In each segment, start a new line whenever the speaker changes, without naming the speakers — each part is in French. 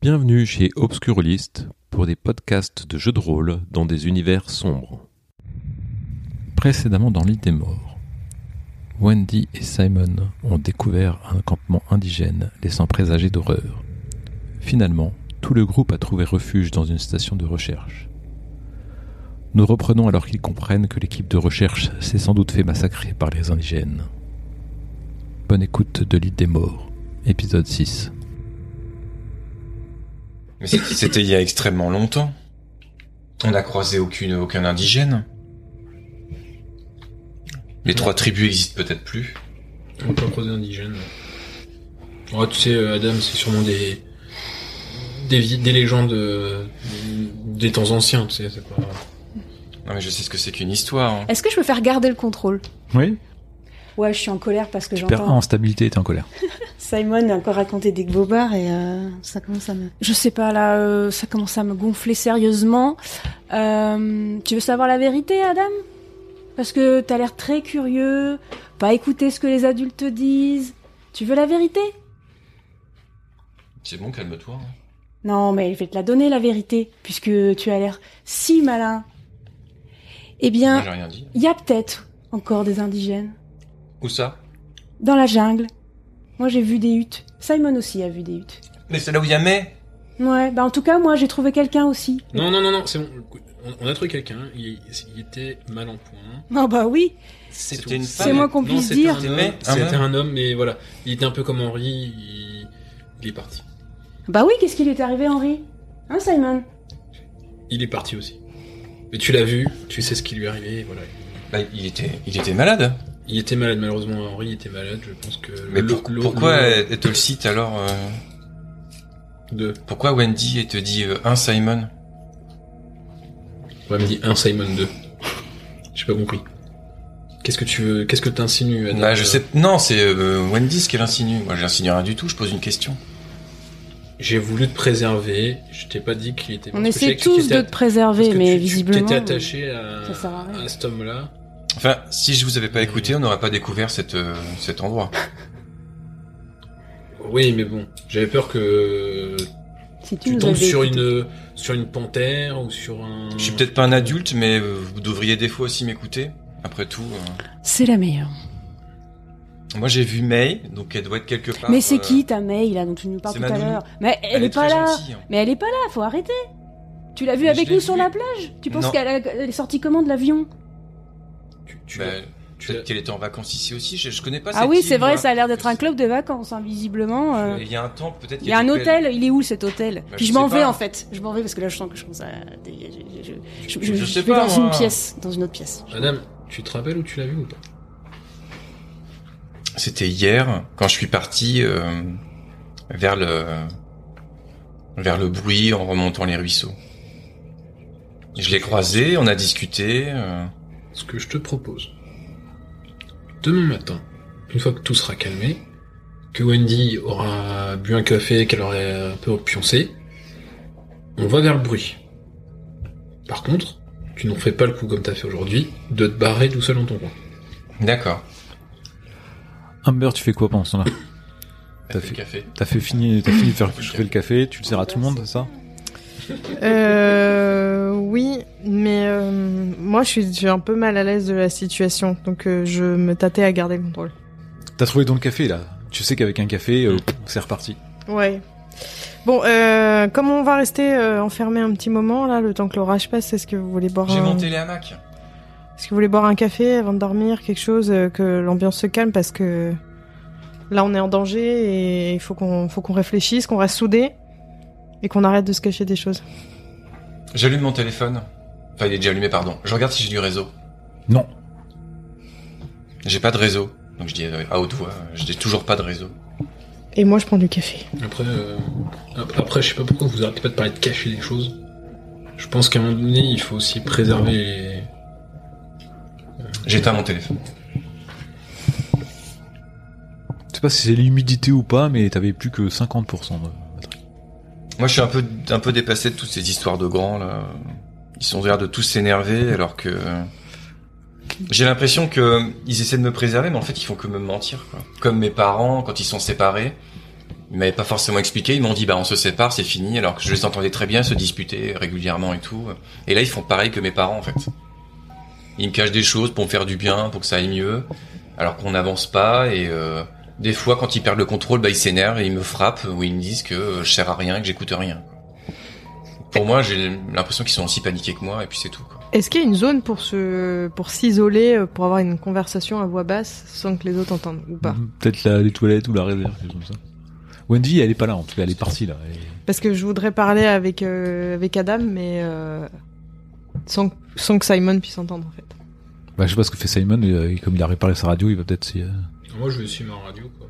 Bienvenue chez Obscurlist pour des podcasts de jeux de rôle dans des univers sombres. Précédemment dans l'île des morts, Wendy et Simon ont découvert un campement indigène laissant présager d'horreur. Finalement, tout le groupe a trouvé refuge dans une station de recherche. Nous reprenons alors qu'ils comprennent que l'équipe de recherche s'est sans doute fait massacrer par les indigènes. Bonne écoute de l'île des morts, épisode 6.
Mais c'est- c'était il y a extrêmement longtemps. On n'a croisé aucune, aucun indigène. Les trois tribus existent peut-être plus.
On peut croiser indigènes. Oh, tu sais, euh, Adam, c'est sûrement des des, vie- des légendes euh, des temps anciens, tu sais. c'est Pas...
Non mais je sais ce que c'est qu'une histoire. hein.
Est-ce que je peux faire garder le contrôle
Oui,
Ouais, je suis en colère parce que
tu perds un
j'entends
en stabilité et t'es en colère.
Simon encore raconter des bobards et euh, ça commence à me... Je sais pas, là, euh, ça commence à me gonfler sérieusement. Euh, tu veux savoir la vérité, Adam Parce que t'as l'air très curieux, pas écouter ce que les adultes te disent. Tu veux la vérité
C'est bon, calme-toi. hein.
Non, mais je vais te la donner, la vérité, puisque tu as l'air si malin.
Moi
Eh bien,
j'ai rien dit.
il y a peut-être encore des indigènes.
Où ça
Dans la jungle. Moi, j'ai vu des huttes. Simon aussi a vu des huttes.
Mais c'est là où il y a mais.
Ouais, bah en tout cas, moi j'ai trouvé quelqu'un aussi.
Non, non, non, non, c'est bon. On- On a trouvé quelqu'un. Il, il était mal en point.
Ah bah oui,
tout.
C'était une
C'est
femme.
moi qu'on
Non,
puisse
c'était
dire.
un
C'était Ah
homme,
mais- un
C'était
homme.
un homme, mais voilà, il était un peu comme Henri. Il, il est parti.
bah oui, qu'est-ce qui lui est arrivé, Henri Hein, Simon
Il est parti aussi. Mais tu l'as vu, tu sais ce qui lui est arrivé. Voilà.
Bah, il était, il était malade.
Il était malade, malheureusement. Henri était malade. Je pense que.
Mais
le-
pour-
le-
pourquoi
le-
elle te le cite alors euh,
Deux.
Pourquoi Wendy elle te dit euh, un Simon
Ouais, me dit un Simon 2. J'ai pas compris. Qu'est-ce que tu veux Qu'est-ce que t'insinues Adam
Bah je sais. Non, c'est euh, Wendy ce qu'elle insinue. Moi j'insinue rien du tout. Je pose une question.
J'ai voulu te préserver. Je t'ai pas dit qu'il était.
On
parce que je
essaie
savais que tu
tous
t'étais
de
atta-
te préserver,
parce que
mais
tu- tu
visiblement. euh,
T'étais attaché Euh, à,
ça sert à rien.
à cet homme-là.
Enfin, si je vous avais pas écouté, on n'aurait pas découvert cette, euh, cet endroit.
Oui, mais bon, j'avais peur que
Si tu,
tu
nous
tombes
avais
sur
écouté.
une sur une panthère ou sur un.
Je suis peut-être pas un adulte, mais euh, vous devriez des fois aussi m'écouter. Après tout, euh,
C'est la meilleure.
moi j'ai vu May, donc elle doit être quelque part.
mais c'est
euh,
qui ta May, là, dont tu nous parles
c'est
tout
ma
à
nounou.
l'heure Mais elle, est, pas
très
là
gentille, hein.
Mais elle est pas là, faut arrêter Tu l'as vue
Mais
avec
je l'ai
nous sur
vue.
la plage Tu penses
Non.
qu'elle a- elle est sortie comment de l'avion
Tu, tu
Bah,
l'as- tu l'as-
Peut-être qu'elle était en vacances ici aussi. Je, je connais pas.
Ah
cette
oui,
île,
c'est vrai,
moi.
ça a l'air d'être un club de vacances, hein, visiblement. euh.
Et Il y a un temps, peut-être.
Il y a un
qu'elle était-
hôtel, il est où cet hôtel
Bah,
Puis
je
je m'en
sais
vais
pas.
en fait. Je m'en vais parce que là je sens que je commence à dégager. Je, je, je-
je
je
sais
vais
pas,
dans
moi.
une pièce, dans une autre pièce.
Madame, tu te rappelles où tu l'as vu ou pas
C'était hier quand je suis parti euh, vers le vers le bruit en remontant les ruisseaux. Je l'ai croisé, on a discuté. euh,
Ce que je te propose. Demain matin, une fois que tout sera calmé, que Wendy aura bu un café, qu'elle aurait un peu pioncé, on va vers le bruit. Par contre, tu n'en fais pas le coup comme t'as fait aujourd'hui, de te barrer tout seul dans ton coin.
D'accord.
Amber, tu fais quoi pendant ce temps-là T'as
Le
fait,
café.
t'as fait fini, t'as fini de faire chauffer le café, tu le sers à tout le monde, c'est ça
Euh, oui, mais euh, moi je suis, je suis un peu mal à l'aise de la situation, donc euh, je me tâtais à garder le contrôle.
T'as trouvé ton café là. Tu sais qu'avec un café, euh, pff, c'est reparti.
Ouais. Bon, euh, comme on va rester euh, enfermé un petit moment là, le temps que l'orage passe, est-ce que vous voulez boire
Oh.
J'ai
un...
monté les hamacs.
Est-ce que vous voulez boire un café avant de dormir, quelque chose euh, que l'ambiance se calme parce que là on est en danger et il faut qu'on faut qu'on réfléchisse, qu'on reste soudés et qu'on arrête de se cacher des choses.
J'allume mon téléphone. Enfin, il est déjà allumé, pardon. Je regarde si j'ai du réseau.
Non.
J'ai pas de réseau. Donc je dis euh, à haute voix, euh, je dis toujours pas de réseau.
Et moi je prends du café.
Après, euh, ap- après, je sais pas pourquoi vous arrêtez pas de parler de cacher les choses. Je pense qu'à un moment donné, il faut aussi préserver les...
J'éteins mon téléphone.
Je sais pas si c'est l'humidité ou pas, mais t'avais plus que 50% de batterie.
Moi, je suis un peu, un peu dépassé de toutes ces histoires de grands, là. Ils sont l'air de tous s'énerver, alors que... J'ai l'impression que ils essaient de me préserver, mais en fait, ils font que me mentir, quoi. Comme mes parents, quand ils sont séparés, Ils m'avaient pas forcément expliqué. Ils m'ont dit, bah, on se sépare, c'est fini. Alors que je les entendais très bien se disputer régulièrement et tout. Et là, ils font pareil que mes parents, en fait. Ils me cachent des choses pour me faire du bien, pour que ça aille mieux. Alors qu'on n'avance pas et euh, des fois, quand ils perdent le contrôle, bah, ils s'énervent et ils me frappent ou ils me disent que euh, je sers à rien, que j'écoute rien. Pour moi, j'ai l'impression qu'ils sont aussi paniqués que moi et puis c'est tout, quoi.
Est-ce qu'il y a une zone pour se, pour s'isoler, euh, pour avoir une conversation à voix basse sans que les autres entendent ou pas
Mm. Peut-être la- les toilettes ou la réserve, quelque chose comme ça. Wendy, elle est pas là, en tout cas, elle est partie là. Elle-
Parce que je voudrais parler avec euh, avec Adam, mais euh, sans sans que Simon puisse entendre en fait.
Bah, je sais pas ce que fait Simon, et, euh, comme il a réparé sa radio, il va peut-être s'y. euh,
Moi, je vais suivre ma radio, quoi.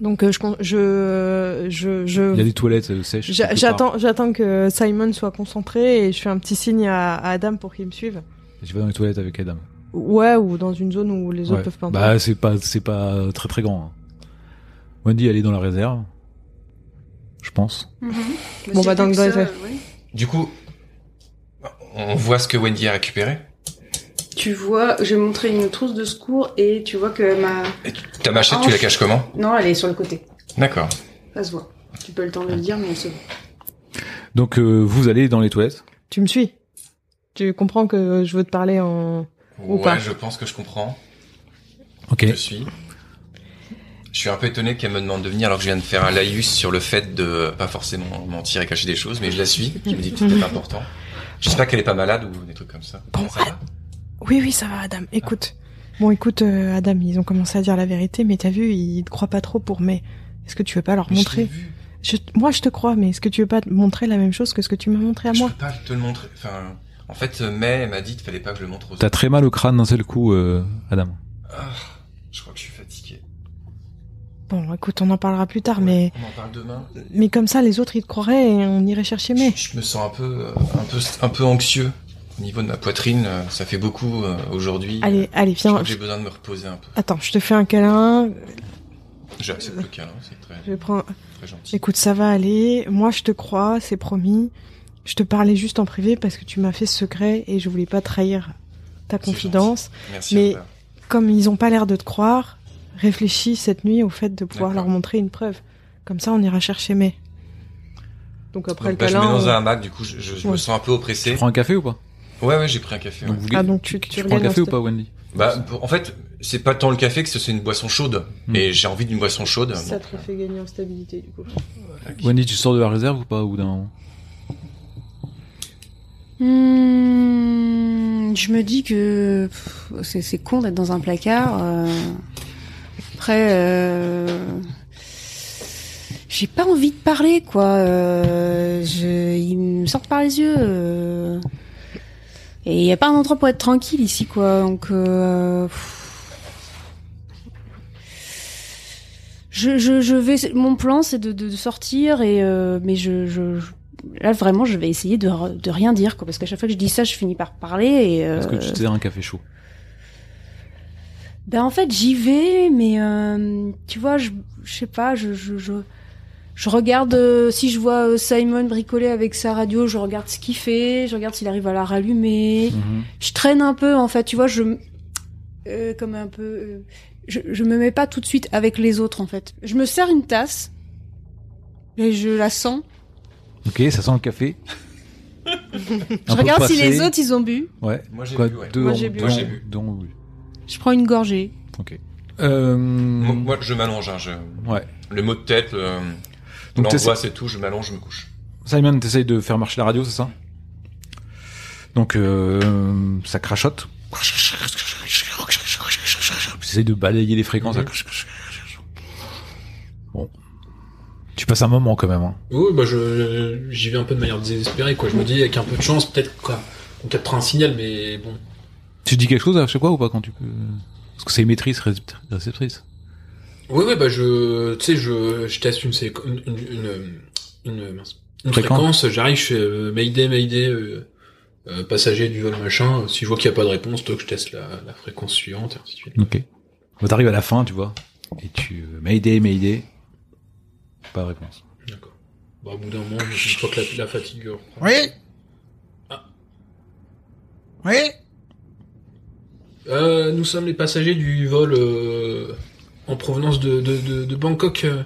Donc euh, je con- je je,
Il y a
je
des toilettes euh, sèches. quelque
j'a-
part.
j'attends j'attends que Simon soit concentré et je fais un petit signe à, à Adam pour qu'il me suive.
Je vais dans les toilettes avec Adam.
Ouais, ou dans une zone où les autres
Ouais.
peuvent pas entendre.
Bah, c'est pas, c'est pas très très grand. hein. Wendy, elle est dans la réserve. Je pense.
Bon, bah, donc, ouais, ouais.
Du coup, on voit ce que Wendy a récupéré.
Tu vois, j'ai montré une trousse de secours et tu vois que ma.
Et tu- ta machette, tu la caches comment
Non, elle est sur le côté.
D'accord.
Ça se voit. Tu peux le temps de le dire, mais elle se voit.
Donc, euh, vous allez dans les toilettes.
Tu me suis Tu comprends que je veux te parler en Ou
ouais,
pas.
je pense que je comprends.
Ok.
Je suis. Je suis un peu étonné qu'elle me demande de venir alors que je viens de faire un laïus sur le fait de pas forcément mentir et cacher des choses, mais je la suis. Je me dis que c'est peut-être important. J'espère qu'elle est pas malade ou des trucs comme ça.
Bon,
Ça va.
Oui, oui, ça va, Adam. Écoute. Bon, écoute, euh, Adam, ils ont commencé à dire la vérité, mais t'as vu, ils te croient pas trop pour mais. Est-ce que tu veux pas leur
Mais je l'ai
montrer
vu.
je, Moi, je te crois, mais est-ce que tu veux pas te montrer la même chose que ce que tu m'as montré à
Je
moi
peux pas te le montrer. Enfin, en fait, mais elle m'a dit qu'il fallait pas que je le montre aux
T'as très mal au crâne d'un seul coup, euh, Adam.
Ah, je crois que je suis fatigué.
Bon, écoute, on en parlera plus tard, Ah, mais
On en parle demain.
mais comme ça, les autres, ils te croiraient et on irait chercher mais.
Je, je me sens un peu, euh, un peu, un peu anxieux au niveau de ma poitrine. euh, Ça fait beaucoup euh, aujourd'hui.
Allez, allez,
Je crois
viens.
que j'ai besoin de me reposer un peu.
Attends, je te fais un câlin.
J'accepte le câlin, c'est très,
Je vais prendre.
très gentil.
Écoute, ça va aller. Moi, je te crois, c'est promis. Je te parlais juste en privé parce que tu m'as fait secret et je voulais pas trahir ta
C'est
confidence.
Merci.
mais-
Albert.
comme ils ont pas l'air de te croire, réfléchis cette nuit au fait de pouvoir
D'accord.
leur montrer une preuve. Comme ça, on ira chercher May. Donc après
Donc,
le
bah, je me mets
câlin...
dans
euh,
un hamac, du coup, je, je- je me
Ouais.
sens un peu oppressé.
Tu prends un café ou pas
Ouais, ouais, j'ai pris un café. ouais.
vous-
Ah donc tu,
Tu
tu,
prends un
regardes
café ou
Insta.
pas, Wendy
Bah, pour- en fait, c'est pas tant le café que c'est une boisson chaude.
Hmm.
Et j'ai envie d'une boisson chaude.
Ça
donc,
te fait gagner en stabilité du coup.
Wendy, tu sors de la réserve ou pas au bout d'un moment
Hmm, je me dis que pff, c'est c'est con d'être dans un placard. euh. Après, euh, j'ai pas envie de parler, quoi. Euh, je- Ils me sortent par les yeux. euh. Et il n'y a pas un endroit pour être tranquille ici, quoi. Donc, euh, pff. je, je, je vais. Mon plan, c'est de, de, de sortir, et euh, mais je- je, je là vraiment je vais essayer de, re- de rien dire quoi parce qu'à chaque fois que je dis ça je finis par parler et euh,
Parce que tu t'es un café chaud.
ben en fait j'y vais mais euh, tu vois je je sais pas je je, je je regarde euh, si je vois euh, Simon bricoler avec sa radio je regarde ce qu'il fait je regarde s'il arrive à la rallumer
Mhm.
je traîne un peu en fait tu vois je euh, comme un peu euh, je, je me mets pas tout de suite avec les autres en fait je me sers une tasse et je la sens
Ok, ça sent le café. Un
je
peu
regarde si
passé.
les autres ils ont bu
Ouais.
Moi, j'ai
Quoi,
bu, ouais.
deux
Moi,
en-
j'ai bu.
deux
Moi,
en-
j'ai bu.
deux en- oui.
je prends une gorgée
Ok. Euh,
Moi, moi, je m'allonge. Hein, je...
Ouais.
Le mot de tête, le...
Donc, t'essaies-
l'angoisse et tout, je m'allonge, je me couche.
Simon, t'essayes de faire marcher la radio, c'est ça Donc, euh, ça crachote. T'essayes de balayer les fréquences.
Mhm.
Bon. Tu passes un moment quand même. Hein.
Oui, bah je j'y vais un peu de manière désespérée, quoi. Je me dis avec un peu de chance, peut-être quoi. On captera un signal, mais bon.
Tu dis quelque chose à chaque fois ou pas quand tu peux Parce que c'est maîtrise récept- réceptrice.
Oui, oui, bah je, tu sais, je, je teste une séquence, une, une, une, mince, une
Fréquence.
fréquence. J'arrive, je fais euh, Mayday, Mayday, euh, euh, passager du vol machin. Si je vois qu'il n'y a pas de réponse, toc, je teste la, la fréquence suivante, et ainsi de suite.
Ok. Bon, T'arrives à la fin, tu vois. Et tu euh, Mayday, Mayday. Pas de réponse.
D'accord. Bah, au bout d'un moment, une fois que la, la fatigue. reprend.
Oui.
Euh, nous sommes les passagers du vol euh, en provenance de, de, de, de Bangkok. euh,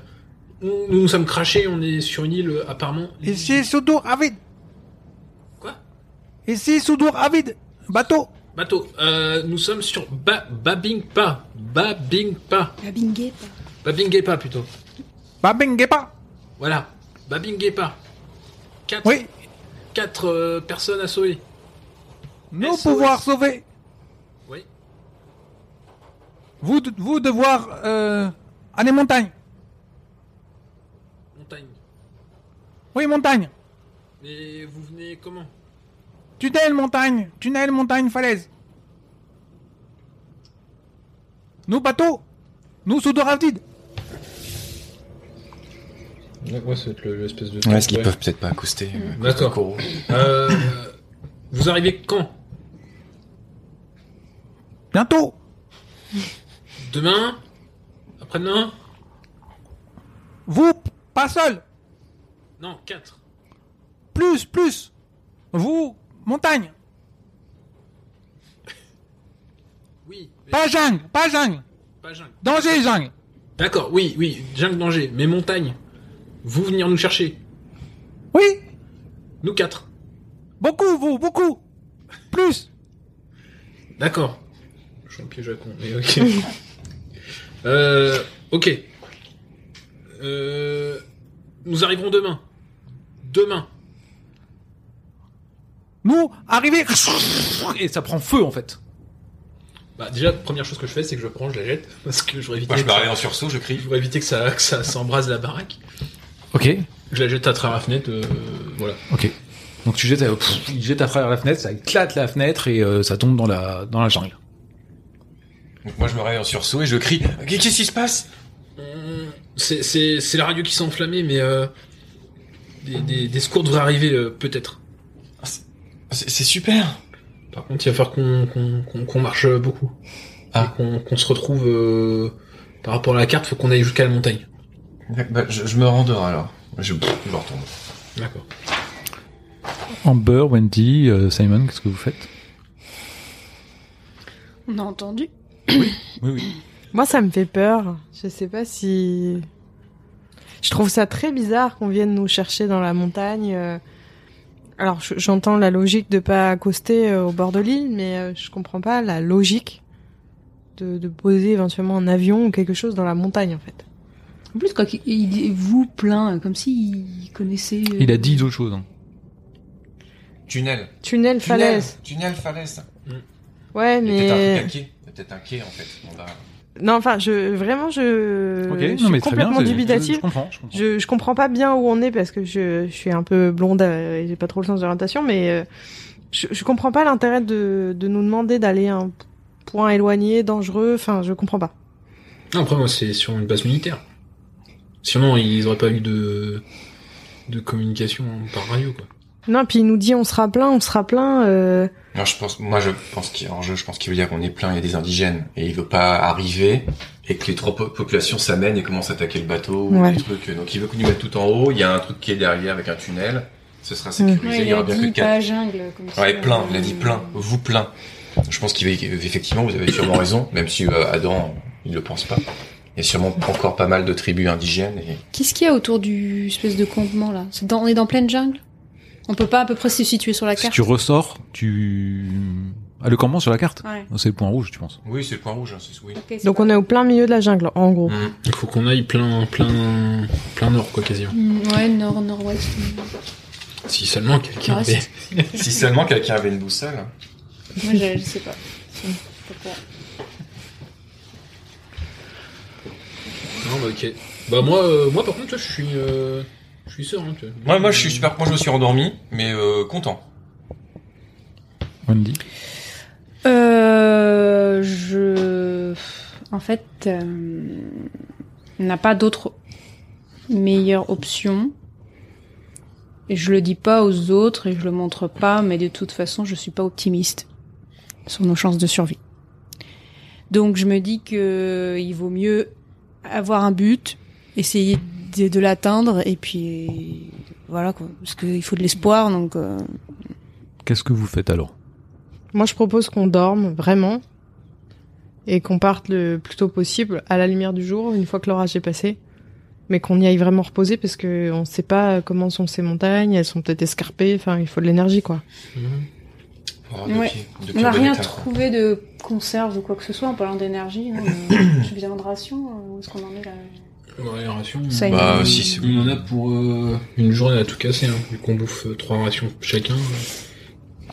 on- nous nous sommes crachés, on est sur une île euh, apparemment.
Ici, Soudour, Avid
Quoi
Ici, Soudour, Avid Bateau
Bateau, euh, nous sommes sur ba Babingpa. Babingpa.
La bingue.
Babingepa plutôt.
Babingepa
Voilà. Babingepa. Quatre,
Oui,
quatre euh, personnes à sauver.
nous
SOS.
pouvoir sauver
Oui.
Vous, de- vous devoir euh, aller montagne
Montagne.
Oui, montagne
Mais vous venez comment
Tunnel, montagne Tunnel, montagne, falaise Nous, bateau Nous, Soudour, Avid
Ouais, ça va être l'espèce de.
Ouais, ce qu'ils peuvent peut-être pas accoster.
Hmm.
euh, à cause
D'accord.
de Koro.
Euh, vous arrivez quand
Bientôt
Demain Après-demain
Vous, pas seul
Non, quatre.
Plus, plus Vous, montagne
Oui. mais
Pas jungle, pas jungle
pas jungle.
Danger, jungle
D'accord, oui, oui, jungle danger, mais montagne. Vous venir nous chercher.
Oui
Nous quatre.
Beaucoup, vous, beaucoup Plus
D'accord. Je suis un piège à con, mais ok. euh, ok. Euh, nous arriverons demain. Demain.
Nous, arrivez Et ça prend feu, en fait.
Bah déjà, première chose que je fais, c'est que je prends, je la jette, parce que je voudrais éviter,
Moi, je
que,
me réveille
ça,
en sursaut, je
je
crie.
voudrais éviter que ça, que ça s'embrase la baraque.
Ok,
Je la jette à travers la fenêtre, euh, voilà.
ok. Donc tu jettes, euh, pff, il jette à travers la fenêtre, ça éclate la fenêtre et euh, ça tombe dans la, dans la jungle.
Donc, moi, je me réveille en sursaut et je crie. Qu'est-ce qui se passe
On- C'est, c'est, c'est la radio qui s'est enflammée, mais euh, des, des, des secours devraient arriver euh, peut-être.
C'est c'est super.
Par contre, il va falloir qu'on, qu'on, qu'on, qu'on marche beaucoup.
Ah.
Et qu'on, qu'on se retrouve euh, par rapport à la carte, faut qu'on aille jusqu'à la montagne.
Bah, je, je me rendors alors. Je, je me retourne.
D'accord.
Amber, Wendy, euh, Simon, qu'est-ce que vous faites
On a entendu.
Oui, oui.
Moi, ça me fait peur. Je sais pas si. Je trouve ça très bizarre qu'on vienne nous chercher dans la montagne. euh. Alors, je- j'entends la logique de pas accoster euh, au bord de l'île, mais euh, je comprends pas la logique de, de poser éventuellement un avion ou quelque chose dans la montagne, en fait.
En plus, quoi, qu'il- il vous plaint, comme s'il connaissait. euh,
Il a dit d'autres choses. hein.
Tunnel.
Tunnel, falaise.
Tunnel, falaise.
Ouais,
Il y a peut-être un truc
mais
à quai. Il y a peut-être un quai en fait. On va-
non, enfin, je vraiment, Euh, je,
Ok,
je
non, mais
suis
très bien,
complètement
c'est-
dubitative.
Je comprends, je comprends.
Je, je comprends pas bien où on est parce que je, je suis un peu blonde euh, et j'ai pas trop le sens d'orientation, mais euh, je, je comprends pas l'intérêt de, de nous demander d'aller à un point éloigné, dangereux. Enfin, je comprends pas.
Non, après, moi, c'est sur une base militaire. Sinon, ils auraient pas eu de, de communication par radio, quoi.
Non, puis il nous dit on sera plein, on sera plein. euh,
Non, je pense, moi, je pense qu'il, en jeu, je pense qu'il veut dire qu'on est plein, il y a des indigènes, et il veut pas arriver, et que les trois po- populations s'amènent et commencent à attaquer le bateau, ou
Ouais.
des trucs. Donc, il veut qu'on nous mette tout en haut, il y a un truc qui est derrière avec un tunnel, ce sera
Mm.
sécurisé,
Ouais,
il
il
y aura
a
bien que
dit
quatre.
pas jungle. Comme ça,
Ouais, plein, il a
euh,
dit plein, vous plein. Je pense qu'il veut, effectivement, vous avez sûrement raison, même si euh, Adam, il le pense pas. Il y a sûrement encore pas mal de tribus indigènes, et
Qu'est-ce qu'il y a autour du espèce de campement là C'est dans- On est dans pleine jungle On peut pas à peu près se situer sur la
Si
carte
tu ressors, tu... Ah, le campement sur la carte
Ouais.
Non, C'est le point rouge, tu penses.
oui, c'est le point rouge, hein, c'est oui.
Ok, c'est
donc
pas-
on est au plein milieu de la jungle, en gros.
Mm.
Il faut qu'on aille plein, plein, plein nord, quoi, quasiment.
Hmm,
Mm,
Ouais, nord, nord-ouest.
Si seulement quelqu'un
Reste.
avait-
Si seulement quelqu'un avait une boussole.
Moi, je, je sais pas. Pourquoi
Non, bah, ok. Bah, moi, euh, moi, par contre, je suis, euh, je suis serein, tu vois.
Moi, moi, je suis super, moi, je me suis endormi, mais euh, content.
Wendy
Euh, je. En fait, euh, on n'a pas d'autre meilleure option. Et je le dis pas aux autres et je le montre pas, mais de toute façon, je suis pas optimiste sur nos chances de survie. Donc, je me dis que il vaut mieux avoir un but, essayer de, de l'atteindre et puis voilà quoi. Parce qu'il faut de l'espoir, donc. euh,
Qu'est-ce que vous faites alors
Moi, je propose qu'on dorme vraiment et qu'on parte le plus tôt possible à la lumière du jour, une fois que l'orage est passé, mais qu'on y aille vraiment reposer parce que on sait pas comment sont ces montagnes, elles sont peut-être escarpées, enfin il faut de l'énergie quoi.
Mhm.
Oh,
Ouais.
depuis- depuis
On
le
n'a
bon
rien
état.
trouvé de conserve ou quoi que ce soit en parlant d'énergie. non, mais Je viens de ration, euh, où est-ce qu'on en est là
Ouais, les rations,
Ça
on-
y est.
Bah, si, c'est
on en a pour euh, une journée à tout casser, hein, vu qu'on bouffe euh, trois rations chacun. euh.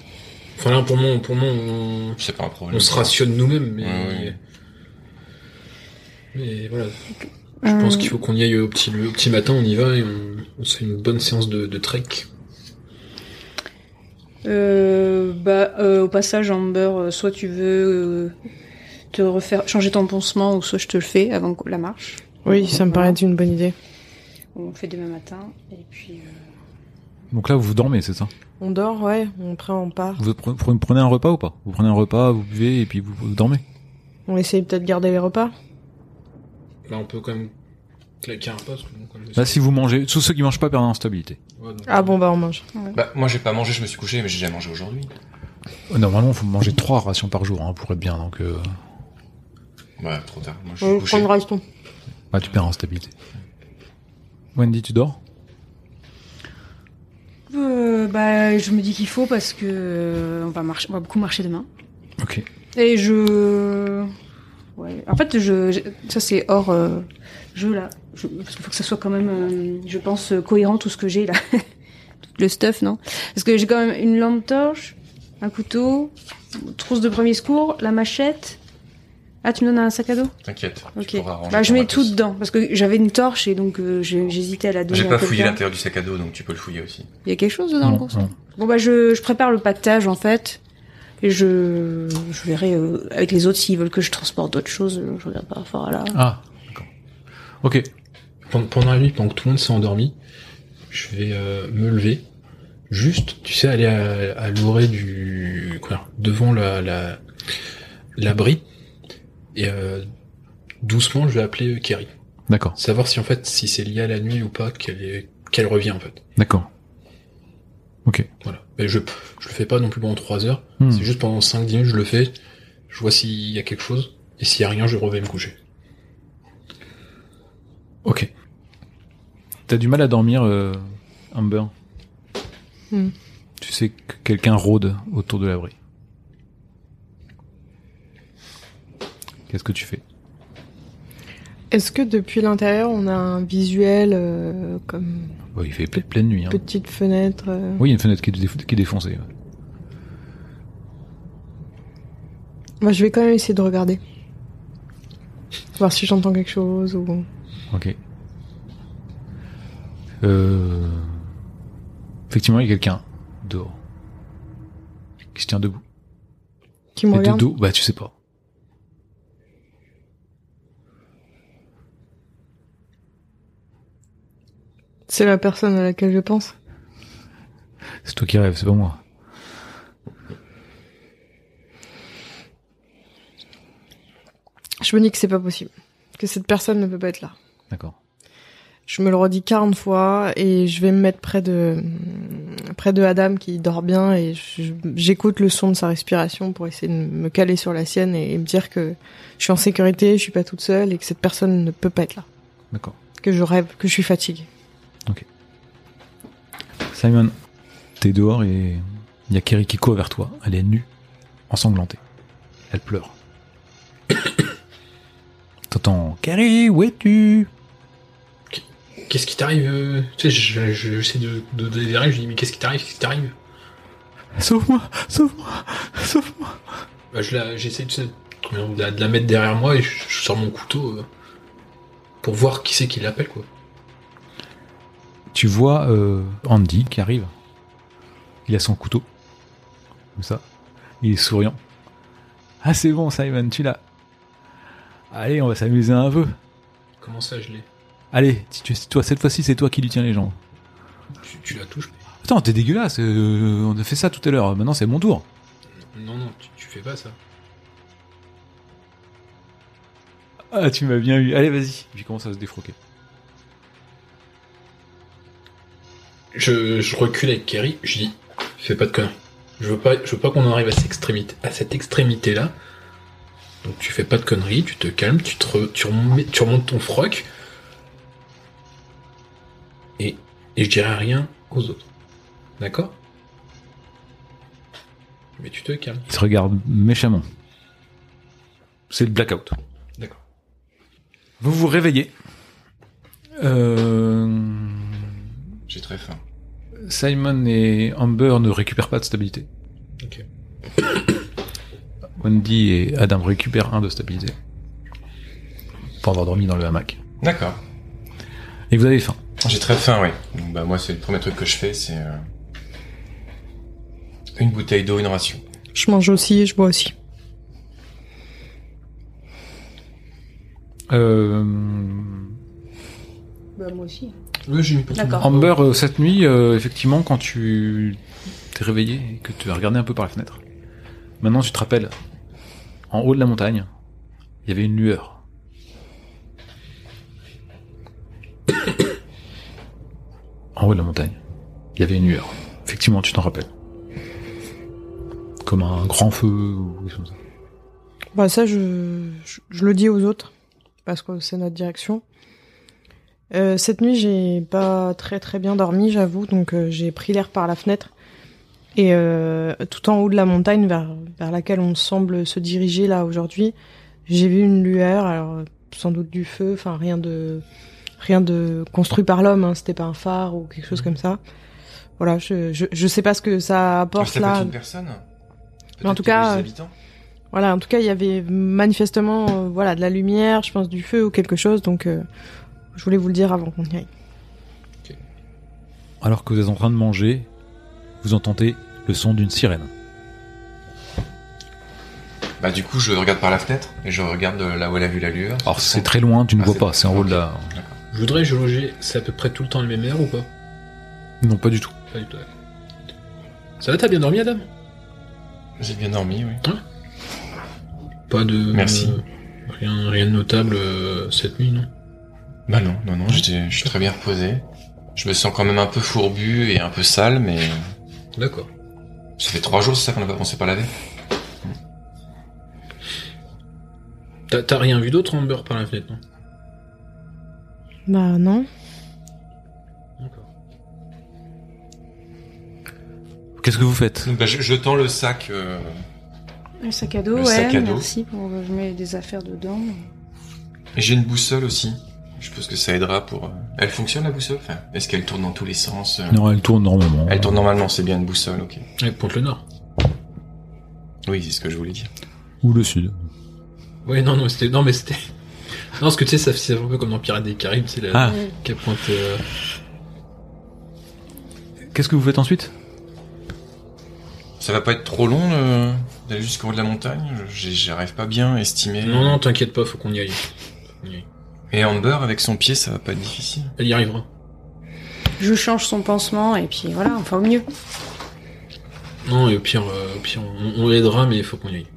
Enfin là, pour moi, pour moi on,
C'est pas un problème.
on se rationne nous-mêmes, mais...
Ouais,
Mais voilà, je pense qu'il faut qu'on y aille au petit, le petit matin, on y va et on, on se fait une bonne séance de, de trek.
Euh, bah, euh, au passage, Amber, euh, soit tu veux euh, te refaire changer ton pansement, ou soit je te le fais avant qu- la marche.
Oui, ça me paraît être une bonne idée.
On le fait demain matin, et puis. euh,
Donc là, vous dormez, c'est ça
On dort, ouais, on- après on part.
vous pre- vous prenez un repas ou pas Vous prenez un repas, vous buvez et puis vous, vous dormez.
On essaye peut-être de garder les repas.
Là, on peut quand même claquer un pas, parce que bon, quand même...
Là, si vous mangez, tous ceux qui mangent pas perdent en stabilité.
Ouais, donc-
Ah bon bah on mange.
Bah, moi, j'ai pas mangé, je me suis couché, mais j'ai déjà mangé aujourd'hui.
Euh, Normalement, faut manger trois rations par jour hein, pour être bien. Donc, euh,
Bah, trop tard. Moi, je
On
suis couché.
prend une ration.
bah, tu perds en stabilité. Wendy, tu dors
euh, bah, je me dis qu'il faut parce que euh, on va marcher, on va beaucoup marcher demain.
Ok.
Et je. Ouais. En fait, je, je- ça c'est hors euh, jeu là. Je- parce qu'il faut que ça soit quand même, euh, je pense, euh, cohérent tout ce que j'ai là. Tout le stuff, non Parce que j'ai quand même une lampe torche, un couteau, trousse de premier secours, la machette. Ah, tu me donnes un sac à dos
T'inquiète. tu
Ok.
pourras ranger
Bah, je
ton
mets tout
matos.
dedans. Parce que j'avais une torche et donc euh, j'ai- j'hésitais à la donner.
J'ai
à
pas fouillé
quelqu'un.
l'intérieur du sac à dos, donc tu peux le fouiller aussi.
Il y a quelque chose dedans le
Non,
gros
non.
Bon bah je, je prépare le pactage en fait et je, je verrai euh, avec les autres s'ils veulent que je transporte d'autres choses, euh, je regarde par rapport à là.
Ah, d'accord. Ok.
Pendant, pendant la nuit, pendant que tout le monde s'est endormi, je vais euh, me lever, juste, tu sais, aller à, à l'orée du... Quoi, devant la, la, l'abri, et euh, doucement, je vais appeler euh, Kerry.
D'accord.
Savoir si, en fait, si c'est lié à la nuit ou pas, qu'elle est, qu'elle revient, en fait.
D'accord.
Voilà. Mais je, je le fais pas non plus pendant 3 heures,
Hmm.
c'est juste pendant 5-10 minutes, je le fais, je vois s'il y a quelque chose, et s'il y a rien, je reviens me coucher.
Ok. T'as du mal à dormir, euh, Amber
Hmm.
Tu sais que quelqu'un rôde autour de l'abri. Qu'est-ce que tu fais
Est-ce que depuis l'intérieur on a un visuel euh, comme
Bah, Il fait ple- pleine nuit. Hein.
petite fenêtre euh,
Oui, il y a une fenêtre qui est, déf- qui est défoncée. ouais.
Moi je vais quand même essayer de regarder. Voir si j'entends quelque chose ou
Ok. Euh... Effectivement, il y a quelqu'un dehors qui se tient debout.
qui me
Et de
regarde.
dos, bah tu sais pas.
C'est la personne à laquelle je pense.
C'est toi qui rêves, c'est pas moi.
Je me dis que c'est pas possible, que cette personne ne peut pas être là.
D'accord.
Je me le redis 40 fois et je vais me mettre près de près de Adam qui dort bien et je- j'écoute le son de sa respiration pour essayer de me caler sur la sienne et, et me dire que je suis en sécurité, je suis pas toute seule et que cette personne ne peut pas être là,
D'accord.
que je rêve, que je suis fatiguée.
Simon, t'es dehors et il y a Kerry qui court vers toi. Elle est nue, ensanglantée. Elle pleure. T'entends Kerry, où es-tu
Qu'est-ce qui t'arrive euh Tu sais, je- je- j'essaie de, de déverrer, je dis, mais qu'est-ce qui t'arrive Qu'est-ce qui t'arrive
Sauve-moi, sauve-moi, sauve-moi.
Bah, je la, j'essaie tu sais, de, la, de la mettre derrière moi et je, je sors mon couteau euh, pour voir qui c'est qui l'appelle quoi.
Tu vois euh, Andy qui arrive. Il a son couteau. Comme ça. Il est souriant. Ah, c'est bon, Simon, tu l'as. Allez, on va s'amuser un peu.
Comment ça, je l'ai
Allez, si tu- toi, cette fois-ci, c'est toi qui lui tiens les jambes.
tu, tu la touches
Attends, t'es dégueulasse. euh, on a fait ça tout à l'heure. Maintenant, c'est mon tour.
Non, non, tu, tu fais pas ça.
Ah, tu m'as bien eu. Allez, vas-y. Puis il commence à se défroquer.
Je, je recule avec Kerry, je dis, fais pas de conneries. Je veux pas, je veux pas qu'on en arrive à cette extrémité, à cette extrémité là. Donc tu fais pas de conneries, tu te calmes, tu te, re- tu remets- tu remontes ton froc. et je dirai rien aux autres. D'accord Mais tu te calmes.
Il se regarde méchamment. C'est le blackout.
D'accord.
Vous vous réveillez. Euh,
J'ai très faim.
Simon et Amber ne récupèrent pas de stabilité.
Ok.
Wendy et Adam récupèrent un de stabilité. Pour avoir dormi dans le hamac.
D'accord.
Et vous avez faim.
J'ai très faim, oui. Donc, bah, moi, c'est le premier truc que je fais, c'est euh, une bouteille d'eau, une ration.
Je mange aussi et je bois aussi.
Euh,
Bah, moi aussi.
Oui, j'ai mis pour
D'accord.
Amber, euh, cette nuit, euh, effectivement, quand tu t'es réveillé et que tu as regardé un peu par la fenêtre, maintenant tu te rappelles, en haut de la montagne, il y avait une lueur. en haut de la montagne, il y avait une lueur. Effectivement, tu t'en rappelles. Comme un grand feu ou quelque chose comme ça.
Bah ça, je, je, je le dis aux autres, parce que c'est notre direction. Euh, cette nuit, j'ai pas très très bien dormi, j'avoue, donc euh, j'ai pris l'air par la fenêtre. Et euh, tout en haut de la montagne vers, vers laquelle on semble se diriger là aujourd'hui, j'ai vu une lueur, alors euh, sans doute du feu, enfin rien de rien de construit par l'homme, hein, c'était pas un phare ou quelque chose comme ça. Voilà, je, je, Mmh. je sais pas ce que ça
Alors,
apporte
c'est
là.
peut-être une personne
Mais en
Peut-être
tout
qu'il y a
cas,
des
euh,
habitants
Voilà, en tout cas, il y avait manifestement euh, voilà, de la lumière, je pense du feu ou quelque chose, donc euh, je voulais vous le dire avant qu'on y aille.
Alors que vous êtes en train de manger, vous entendez le son d'une sirène.
Bah, du coup, je regarde par la fenêtre et je regarde euh, là où elle a vu la lueur.
Alors c'est très loin, tu ne
Ah,
vois
c'est-
pas, c'est en haut de la...
Je voudrais loger, c'est à peu près tout le temps le même air ou pas
Non, pas du tout.
Pas du tout. d'accord. Ça va, t'as bien dormi, Adam
J'ai bien dormi, oui.
Pas de.
Merci.
euh, rien, rien de notable euh, cette nuit, non
Bah non, non, non, j'étais- je suis très bien reposé. Je me sens quand même un peu fourbu et un peu sale, mais
D'accord.
ça fait trois jours, c'est ça qu'on a pas- on s'est pas lavé.
T'as t'as rien vu d'autre, Amber, par la fenêtre, non
Bah non.
D'accord.
Qu'est-ce que vous faites
Donc, bah, je, je tends le sac. euh,
Le sac à dos,
Le
ouais.
sac à dos.
Merci pour.
euh,
Je mets des affaires dedans.
et J'ai une boussole aussi. Je pense que ça aidera pour. euh, Elle fonctionne la boussole Enfin, Est-ce qu'elle tourne dans tous les sens euh,
Non, elle tourne normalement.
Elle tourne normalement, c'est bien une boussole, ok.
Elle pointe le nord.
Oui, c'est ce que je voulais dire.
Ou le sud.
Ouais, non, non, c'était. Non, mais c'était. Non, parce que tu sais, ça c'est un peu comme dans Pirates des Caraïbes, c'est la.
Ah.
Qu'elle pointe. euh,
Qu'est-ce que vous faites ensuite
Ça va pas être trop long le- d'aller jusqu'en haut de la montagne J'ai- J'arrive pas bien à estimer.
Non, non, t'inquiète pas, faut qu'on y aille. On y aille.
Et Amber, avec son pied, ça va pas être difficile.
Elle y arrivera.
Je change son pansement et puis voilà, enfin au mieux.
Non, et au pire, euh, au pire on, on l'aidera, mais il faut qu'on y aille.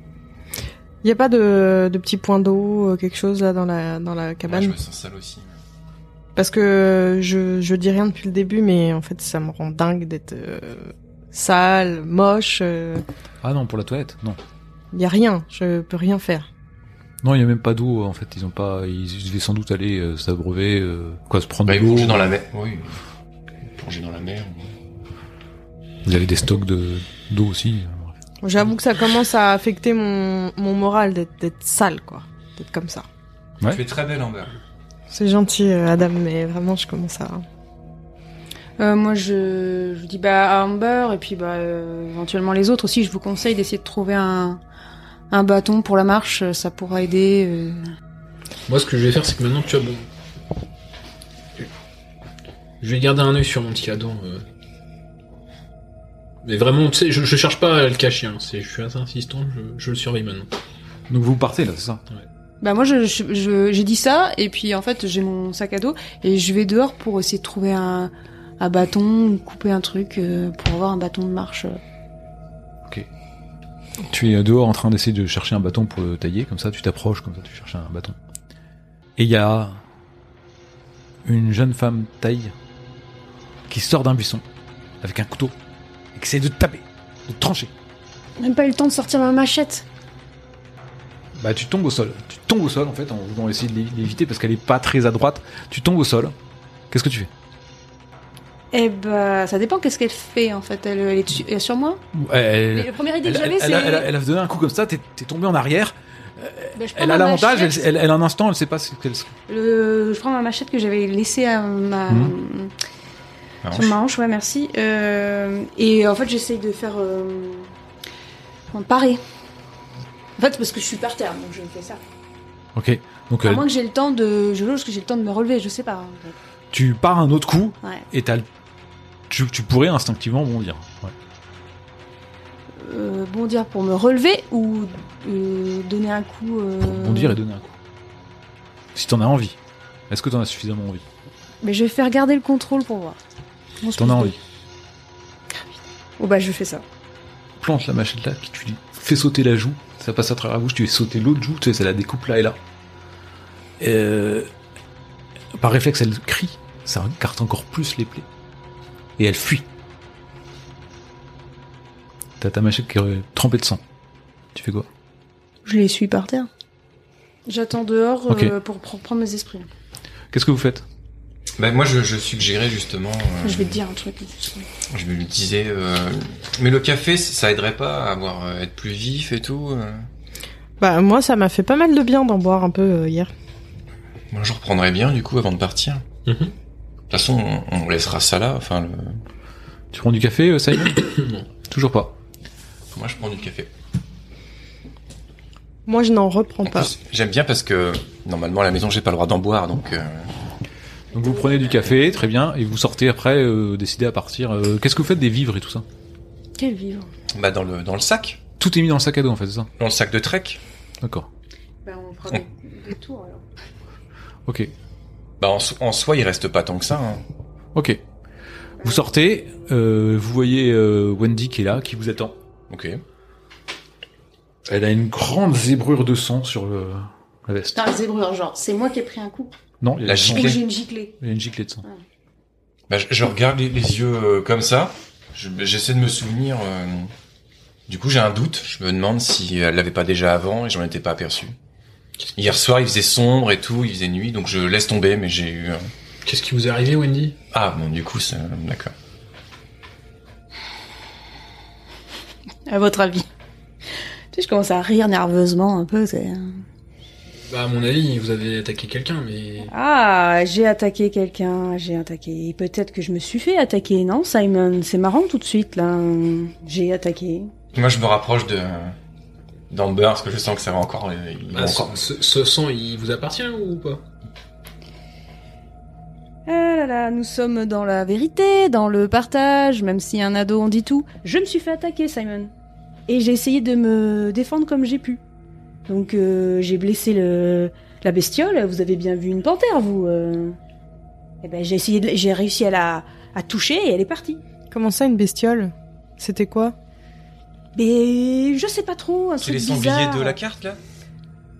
Il y a pas de, de petit point d'eau, euh, quelque chose là dans la, dans la
Moi, je
cabane
me sens sale aussi.
Parce que je, je dis rien depuis le début, mais en fait, ça me rend dingue d'être euh, sale, moche. Il
Ah non, pour la toilette Non.
y a rien, je peux rien faire.
Non, il n'y a même pas d'eau en fait. Ils ont pas. Ils devaient sans doute aller euh, s'abreuver, euh, quoi, se prendre
Bah,
de
il plongeait
l'eau.
dans la mer. Oui. Plonger dans la mer. oui.
Vous avez des stocks de d'eau aussi. Bref.
J'avoue que ça commence à affecter mon, mon moral d'être d'être sale, quoi. D'être comme ça.
Ouais.
Tu es très belle, Amber.
C'est gentil, euh, Adam, mais vraiment, je commence à...
Euh, moi, je, je dis bah à Amber et puis bah euh, éventuellement les autres aussi. Je vous conseille d'essayer de trouver un un bâton pour la marche. euh, Ça pourra aider. euh.
Moi, ce que je vais faire, c'est que maintenant, tu as bon. Je vais garder un œil sur mon petit Adam. euh. Mais vraiment, tu sais, je, je cherche pas à le cacher. Hein. c'est- Je suis assez insistant, je, je le surveille maintenant.
Donc vous partez là, c'est ça
Bah moi, je je- je- j'ai dit ça et puis en fait j'ai mon sac à dos et je vais dehors pour essayer de trouver un un bâton ou couper un truc euh, pour avoir un bâton de marche.
Tu es dehors en train d'essayer de chercher un bâton pour le tailler. Comme ça, tu t'approches. Comme ça, tu cherches un bâton. Et il y a une jeune femme taille qui sort d'un buisson avec un couteau et qui essaie de te taper, de te trancher.
Même pas eu le temps de sortir ma machette.
Bah tu tombes au sol. Tu tombes au sol en fait en voulant essayer de l'é- l'éviter parce qu'elle est pas très à droite. Tu tombes au sol. Qu'est-ce que tu fais
Eh ben, ça dépend qu'est-ce qu'elle fait en fait. Elle, elle est, dessus- elle est sur moi
Elle,
Mais la première idée
elle,
que j'avais, c'est.
elle a- elle a- elle a donné un coup comme ça, t'es t'es tombé en arrière.
Bah, je prends
Elle a
ma
l'avantage, elle,
machette.
elle- elle a un instant, elle sait pas ce qu'elle.
Le- je prends ma machette que j'avais laissée à ma.
Ma
Sur ma hanche, ouais, merci. Euh, et en fait, j'essaye de faire. Euh, comment, parer.
En fait, parce que je suis par terre, donc je fais ça.
Ok, donc
À
euh,
moins que j'ai le temps de. Je loge que j'ai le temps de me relever, je sais pas. en fait.
tu pars un autre coup
Ouais.
et t'as le- tu, tu pourrais instinctivement bondir. Ouais.
Euh, bondir pour me relever ou euh, donner un coup. euh,
Pour bondir et donner un coup. Si t'en as envie. Est-ce que t'en as suffisamment envie
Mais je vais faire garder le contrôle pour voir.
Si t'en as envie.
Oh bah je fais ça.
plante la machette là, qui tu lui fais sauter la joue, ça passe à travers la bouche, tu fais sauter l'autre joue, tu sais, ça la découpe là et là. Euh, par réflexe, elle crie, ça écarte encore plus les plaies. Et elle fuit. T'as ta machette qui est trempée de sang. Tu fais quoi
Je les suis par terre.
J'attends dehors euh,
Ok.
pour pr- prendre mes esprits.
Qu'est-ce que vous faites
Bah, moi, je, je suggérais justement. euh,
Je vais te dire un truc. mais tu sais.
Je me disais. euh, mais le café, c- ça aiderait pas à avoir, euh, être plus vif et tout. euh.
Bah, moi, ça m'a fait pas mal de bien d'en boire un peu euh, hier.
Moi, je reprendrais bien, du coup, avant de partir.
Mhm.
De toute façon, on, on laissera ça là. Enfin, le...
Tu prends du café, euh, Simon Toujours pas.
moi, je prends du café.
Moi, je n'en reprends
En
pas.
plus, j'aime bien parce que normalement à la maison j'ai pas le droit d'en boire donc euh,
Donc vous prenez du café, très bien, et vous sortez après, euh, décidé à partir. Euh, Qu'est-ce que vous faites des vivres et tout ça
Quel vivre.
bah dans le dans le sac,
Tout est mis dans le sac à dos en fait, c'est ça
dans le sac de trek.
D'accord.
Ben, on fera des, des tours alors.
Ok.
Bah en, so- en soi il reste pas tant que ça. hein.
Ok. Vous sortez, euh, vous voyez euh, Wendy qui est là, qui vous attend.
Ok.
Elle a une grande zébrure de sang sur euh, le- la veste.
Putain, les zébrures, genre, c'est moi qui ai pris un coup
Non, il y a,
La
du sang.
gicle.
ou
Ok.
j'ai une giclée.
Il y a une giclée de sang.
Bah je, je regarde les, les yeux euh, comme ça. Je- J'essaie de me souvenir. euh, Du coup j'ai un doute. Je me demande si elle l'avait pas déjà avant et j'en étais pas aperçu. Hier soir il faisait sombre et tout, il faisait nuit donc je laisse tomber mais j'ai eu. un-
Qu'est-ce qui vous est arrivé, Wendy
Ah bon du coup c'est d'accord.
À votre avis Tu sais, je commence à rire nerveusement un peu. c'est-
Bah, à mon avis, vous avez attaqué quelqu'un, mais.
Ah, j'ai attaqué quelqu'un, j'ai attaqué. Peut-être que je me suis fait attaquer, non, Simon C'est marrant tout de suite, là. J'ai attaqué.
Moi je me rapproche de d'Amber parce que je sens que ça va encore. euh, il va
Ah,
encore...
ce, ce- ce sang, il vous appartient ou pas
Ah là là, nous sommes dans la vérité, dans le partage, même si un ado on dit tout. Je me suis fait attaquer, Simon. Et j'ai essayé de me défendre comme j'ai pu. Donc euh, j'ai blessé le, la bestiole, vous avez bien vu une panthère, vous. euh. Eh ben, j'ai essayé, de- j'ai réussi à la à toucher et elle est partie.
Comment ça, une bestiole C'était quoi
Mais je sais pas trop, un
C'est
truc
les sangliers
bizarre.
de la carte là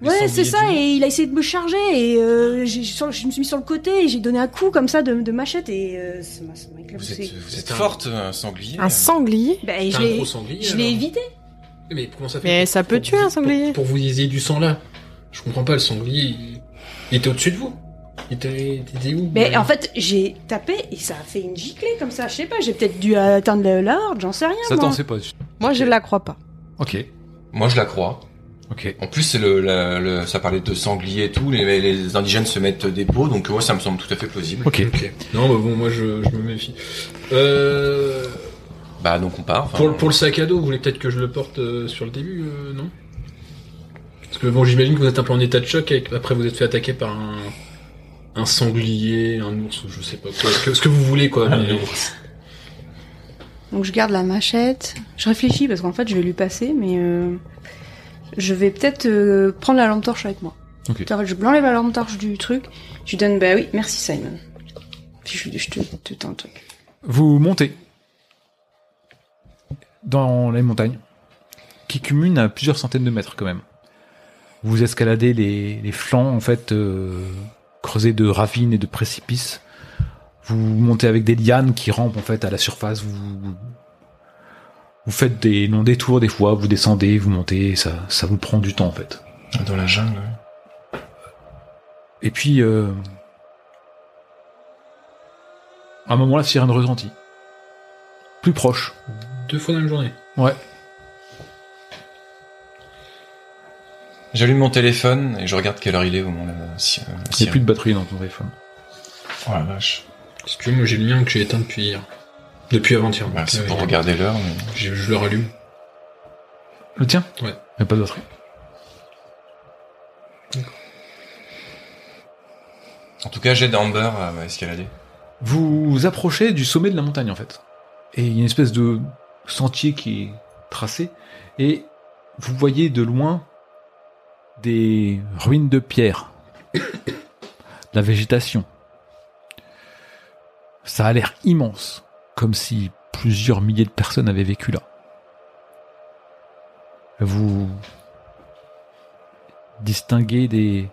Les
Ouais, c'est
sangliers
ça,
du-
et il a essayé de me charger, et euh, j'ai- sur- je me suis mis sur le côté, et j'ai donné un coup comme ça de, de machette, et euh, ça m'a ça m'a
Vous
éclaboussé.
êtes, vous êtes
C'est un-
forte, un sanglier. euh.
Un sanglier
Bah, et
C'est
je
un
l'ai-
gros sanglier.
je l'ai
alors.
évité.
Mais comment ça fait
Mais ça peut
pour
tuer un
vous-
sanglier.
Pour, pour vous ayez du sang là Je comprends pas, le sanglier, il, il était au-dessus de vous Il était, il était où
Mais en fait, j'ai tapé et ça a fait une giclée comme ça. Je sais pas, j'ai peut-être dû atteindre le- la horde, j'en sais rien.
Ça t'en
moi.
sais pas.
Moi, je la crois pas.
Ok.
Moi, je la crois.
Ok.
En plus, c'est le, la- le- ça parlait de sanglier et tout. Les, les indigènes se mettent des peaux, donc ouais, ça me semble tout à fait plausible.
Ok.
Ok. Non, bah bon, moi je, je me méfie. Euh,
Bah, donc on part. enfin,
pour, le- pour le sac à dos, vous voulez peut-être que je le porte euh, sur le début, euh, non Parce que bon, j'imagine que vous êtes un peu en état de choc et que- après vous êtes fait attaquer par un, un sanglier, un ours ou je sais pas quoi. Ce que, ce que vous voulez quoi.
Ah,
mais-
Donc je garde la machette. Je réfléchis parce qu'en fait je vais lui passer, mais euh, je vais peut-être euh, prendre la lampe torche avec moi.
Ok.
En fait, je l'enlève la lampe torche du truc. Je lui donne bah oui, merci Simon. Puis je, lui- je te, te tends le truc.
Vous montez dans les montagnes, qui cumulent à plusieurs centaines de mètres quand même. Vous escaladez les, les flancs, en fait, euh, creusés de ravines et de précipices. Vous montez avec des lianes qui rampent, en fait, à la surface. Vous, vous faites des longs détours des fois, vous descendez, vous montez, ça, ça vous prend du temps, en fait.
Dans la jungle. ouais.
Et puis, euh, À un moment, la sirène retentit. Plus proche.
Deux fois dans la journée.
Ouais.
J'allume mon téléphone et je regarde quelle heure il est au moment de la si- euh, la
Il n'y a plus
sirène.
de batterie dans ton téléphone.
Oh la vache.
Si tu veux, moi j'ai le mien que j'ai éteint depuis hier. Depuis avant-hier.
Bah, c'est
Euh,
pour
il-
regarder l'heure. mais-
Je, je le rallume.
Le tien
Ouais.
Il n'y a pas de batterie.
En tout cas, j'aide Amber à à escalader.
Vous vous approchez du sommet de la montagne en fait. Et il y a une espèce de sentier qui est tracé. Et vous voyez de loin des ruines de pierre, de la végétation. Ça a l'air immense, comme si plusieurs milliers de personnes avaient vécu là. Vous distinguez des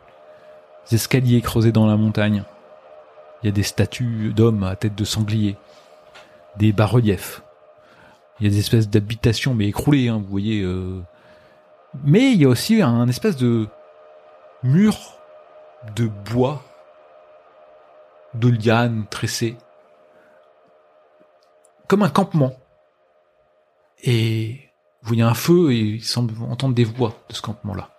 escaliers creusés dans la montagne. Il y a des statues d'hommes à tête de sanglier, des bas-reliefs. Il y a des espèces d'habitations, mais écroulées, hein, vous voyez. euh. Mais il y a aussi un espèce de mur de bois, de lianes tressées, comme un campement. Et vous voyez un feu et il semble entendre des voix de ce campement-là.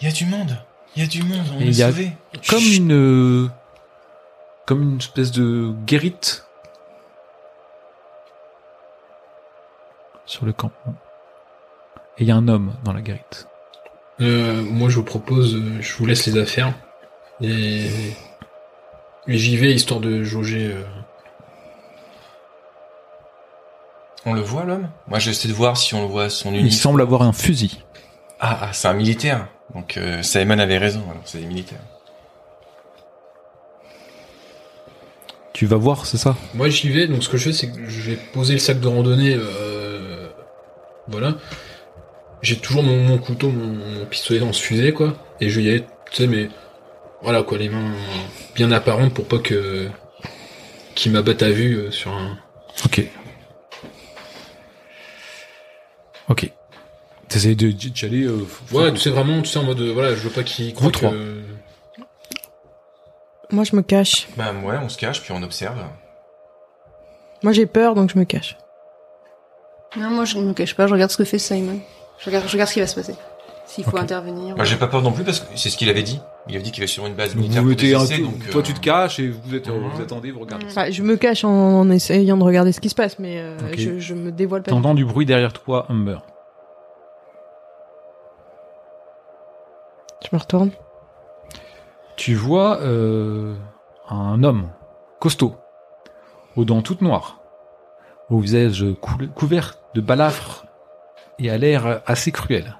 Il y a du monde. Il y a du monde. On
Et
est
il y a-
sauvés.
Comme une, euh, comme une espèce de guérite sur le campement. Et il y a un homme dans la guérite.
Euh, moi je vous propose, euh, je vous laisse les affaires. Et, et j'y vais histoire de jauger. euh,
On le voit l'homme Moi, j'essaie de voir si on le voit son
Il
uniforme.
semble avoir un fusil.
Ah, ah, c'est un militaire. Donc euh, Simon avait raison. Alors c'est des militaires.
Tu vas voir, c'est ça
Moi j'y vais, donc ce que je fais c'est que je vais poser le sac de randonnée. euh, voilà. J'ai toujours mon, mon couteau, mon, mon pistolet dans ce fusil quoi. Et je vais y aller, tu sais, mais voilà quoi, les mains bien apparentes pour pas que. qu'ils m'abattent à vue euh, sur un.
Ok. Ok. T'essayes de- d'y aller. euh, f-
Ouais,
f-
tu sais vraiment, tu sais, en mode. euh, Voilà, je veux pas qu'ils croient
trois.
que-
Moi, je me cache.
Bah ouais, on se cache puis on observe.
Moi, j'ai peur, donc je me cache.
Non, moi je me cache pas, je regarde ce que fait Simon. Je regarde, je regarde ce qui va se passer. S'il faut
Ok.
intervenir.
Bah j'ai pas peur non plus parce que c'est ce qu'il avait dit. Il avait dit qu'il avait sur une base
Vous
militaire.
vous
pour
mettez
des
un
essais,
peu-
donc,
Toi,
euh,
tu te caches et vous, êtes, euh,
Mhm.
vous attendez, vous regardez.
Enfin, je me cache en, en essayant de regarder ce qui se passe, mais euh,
Ok.
je, je me dévoile pas.
T'entends du bruit derrière toi, Humber.
Je me retourne.
tu vois euh, un homme costaud, aux dents toutes noires, au visage cou- couvert de balafres et à l'air assez cruel.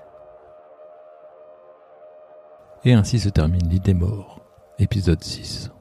Et ainsi se termine l'idée mort, épisode 6.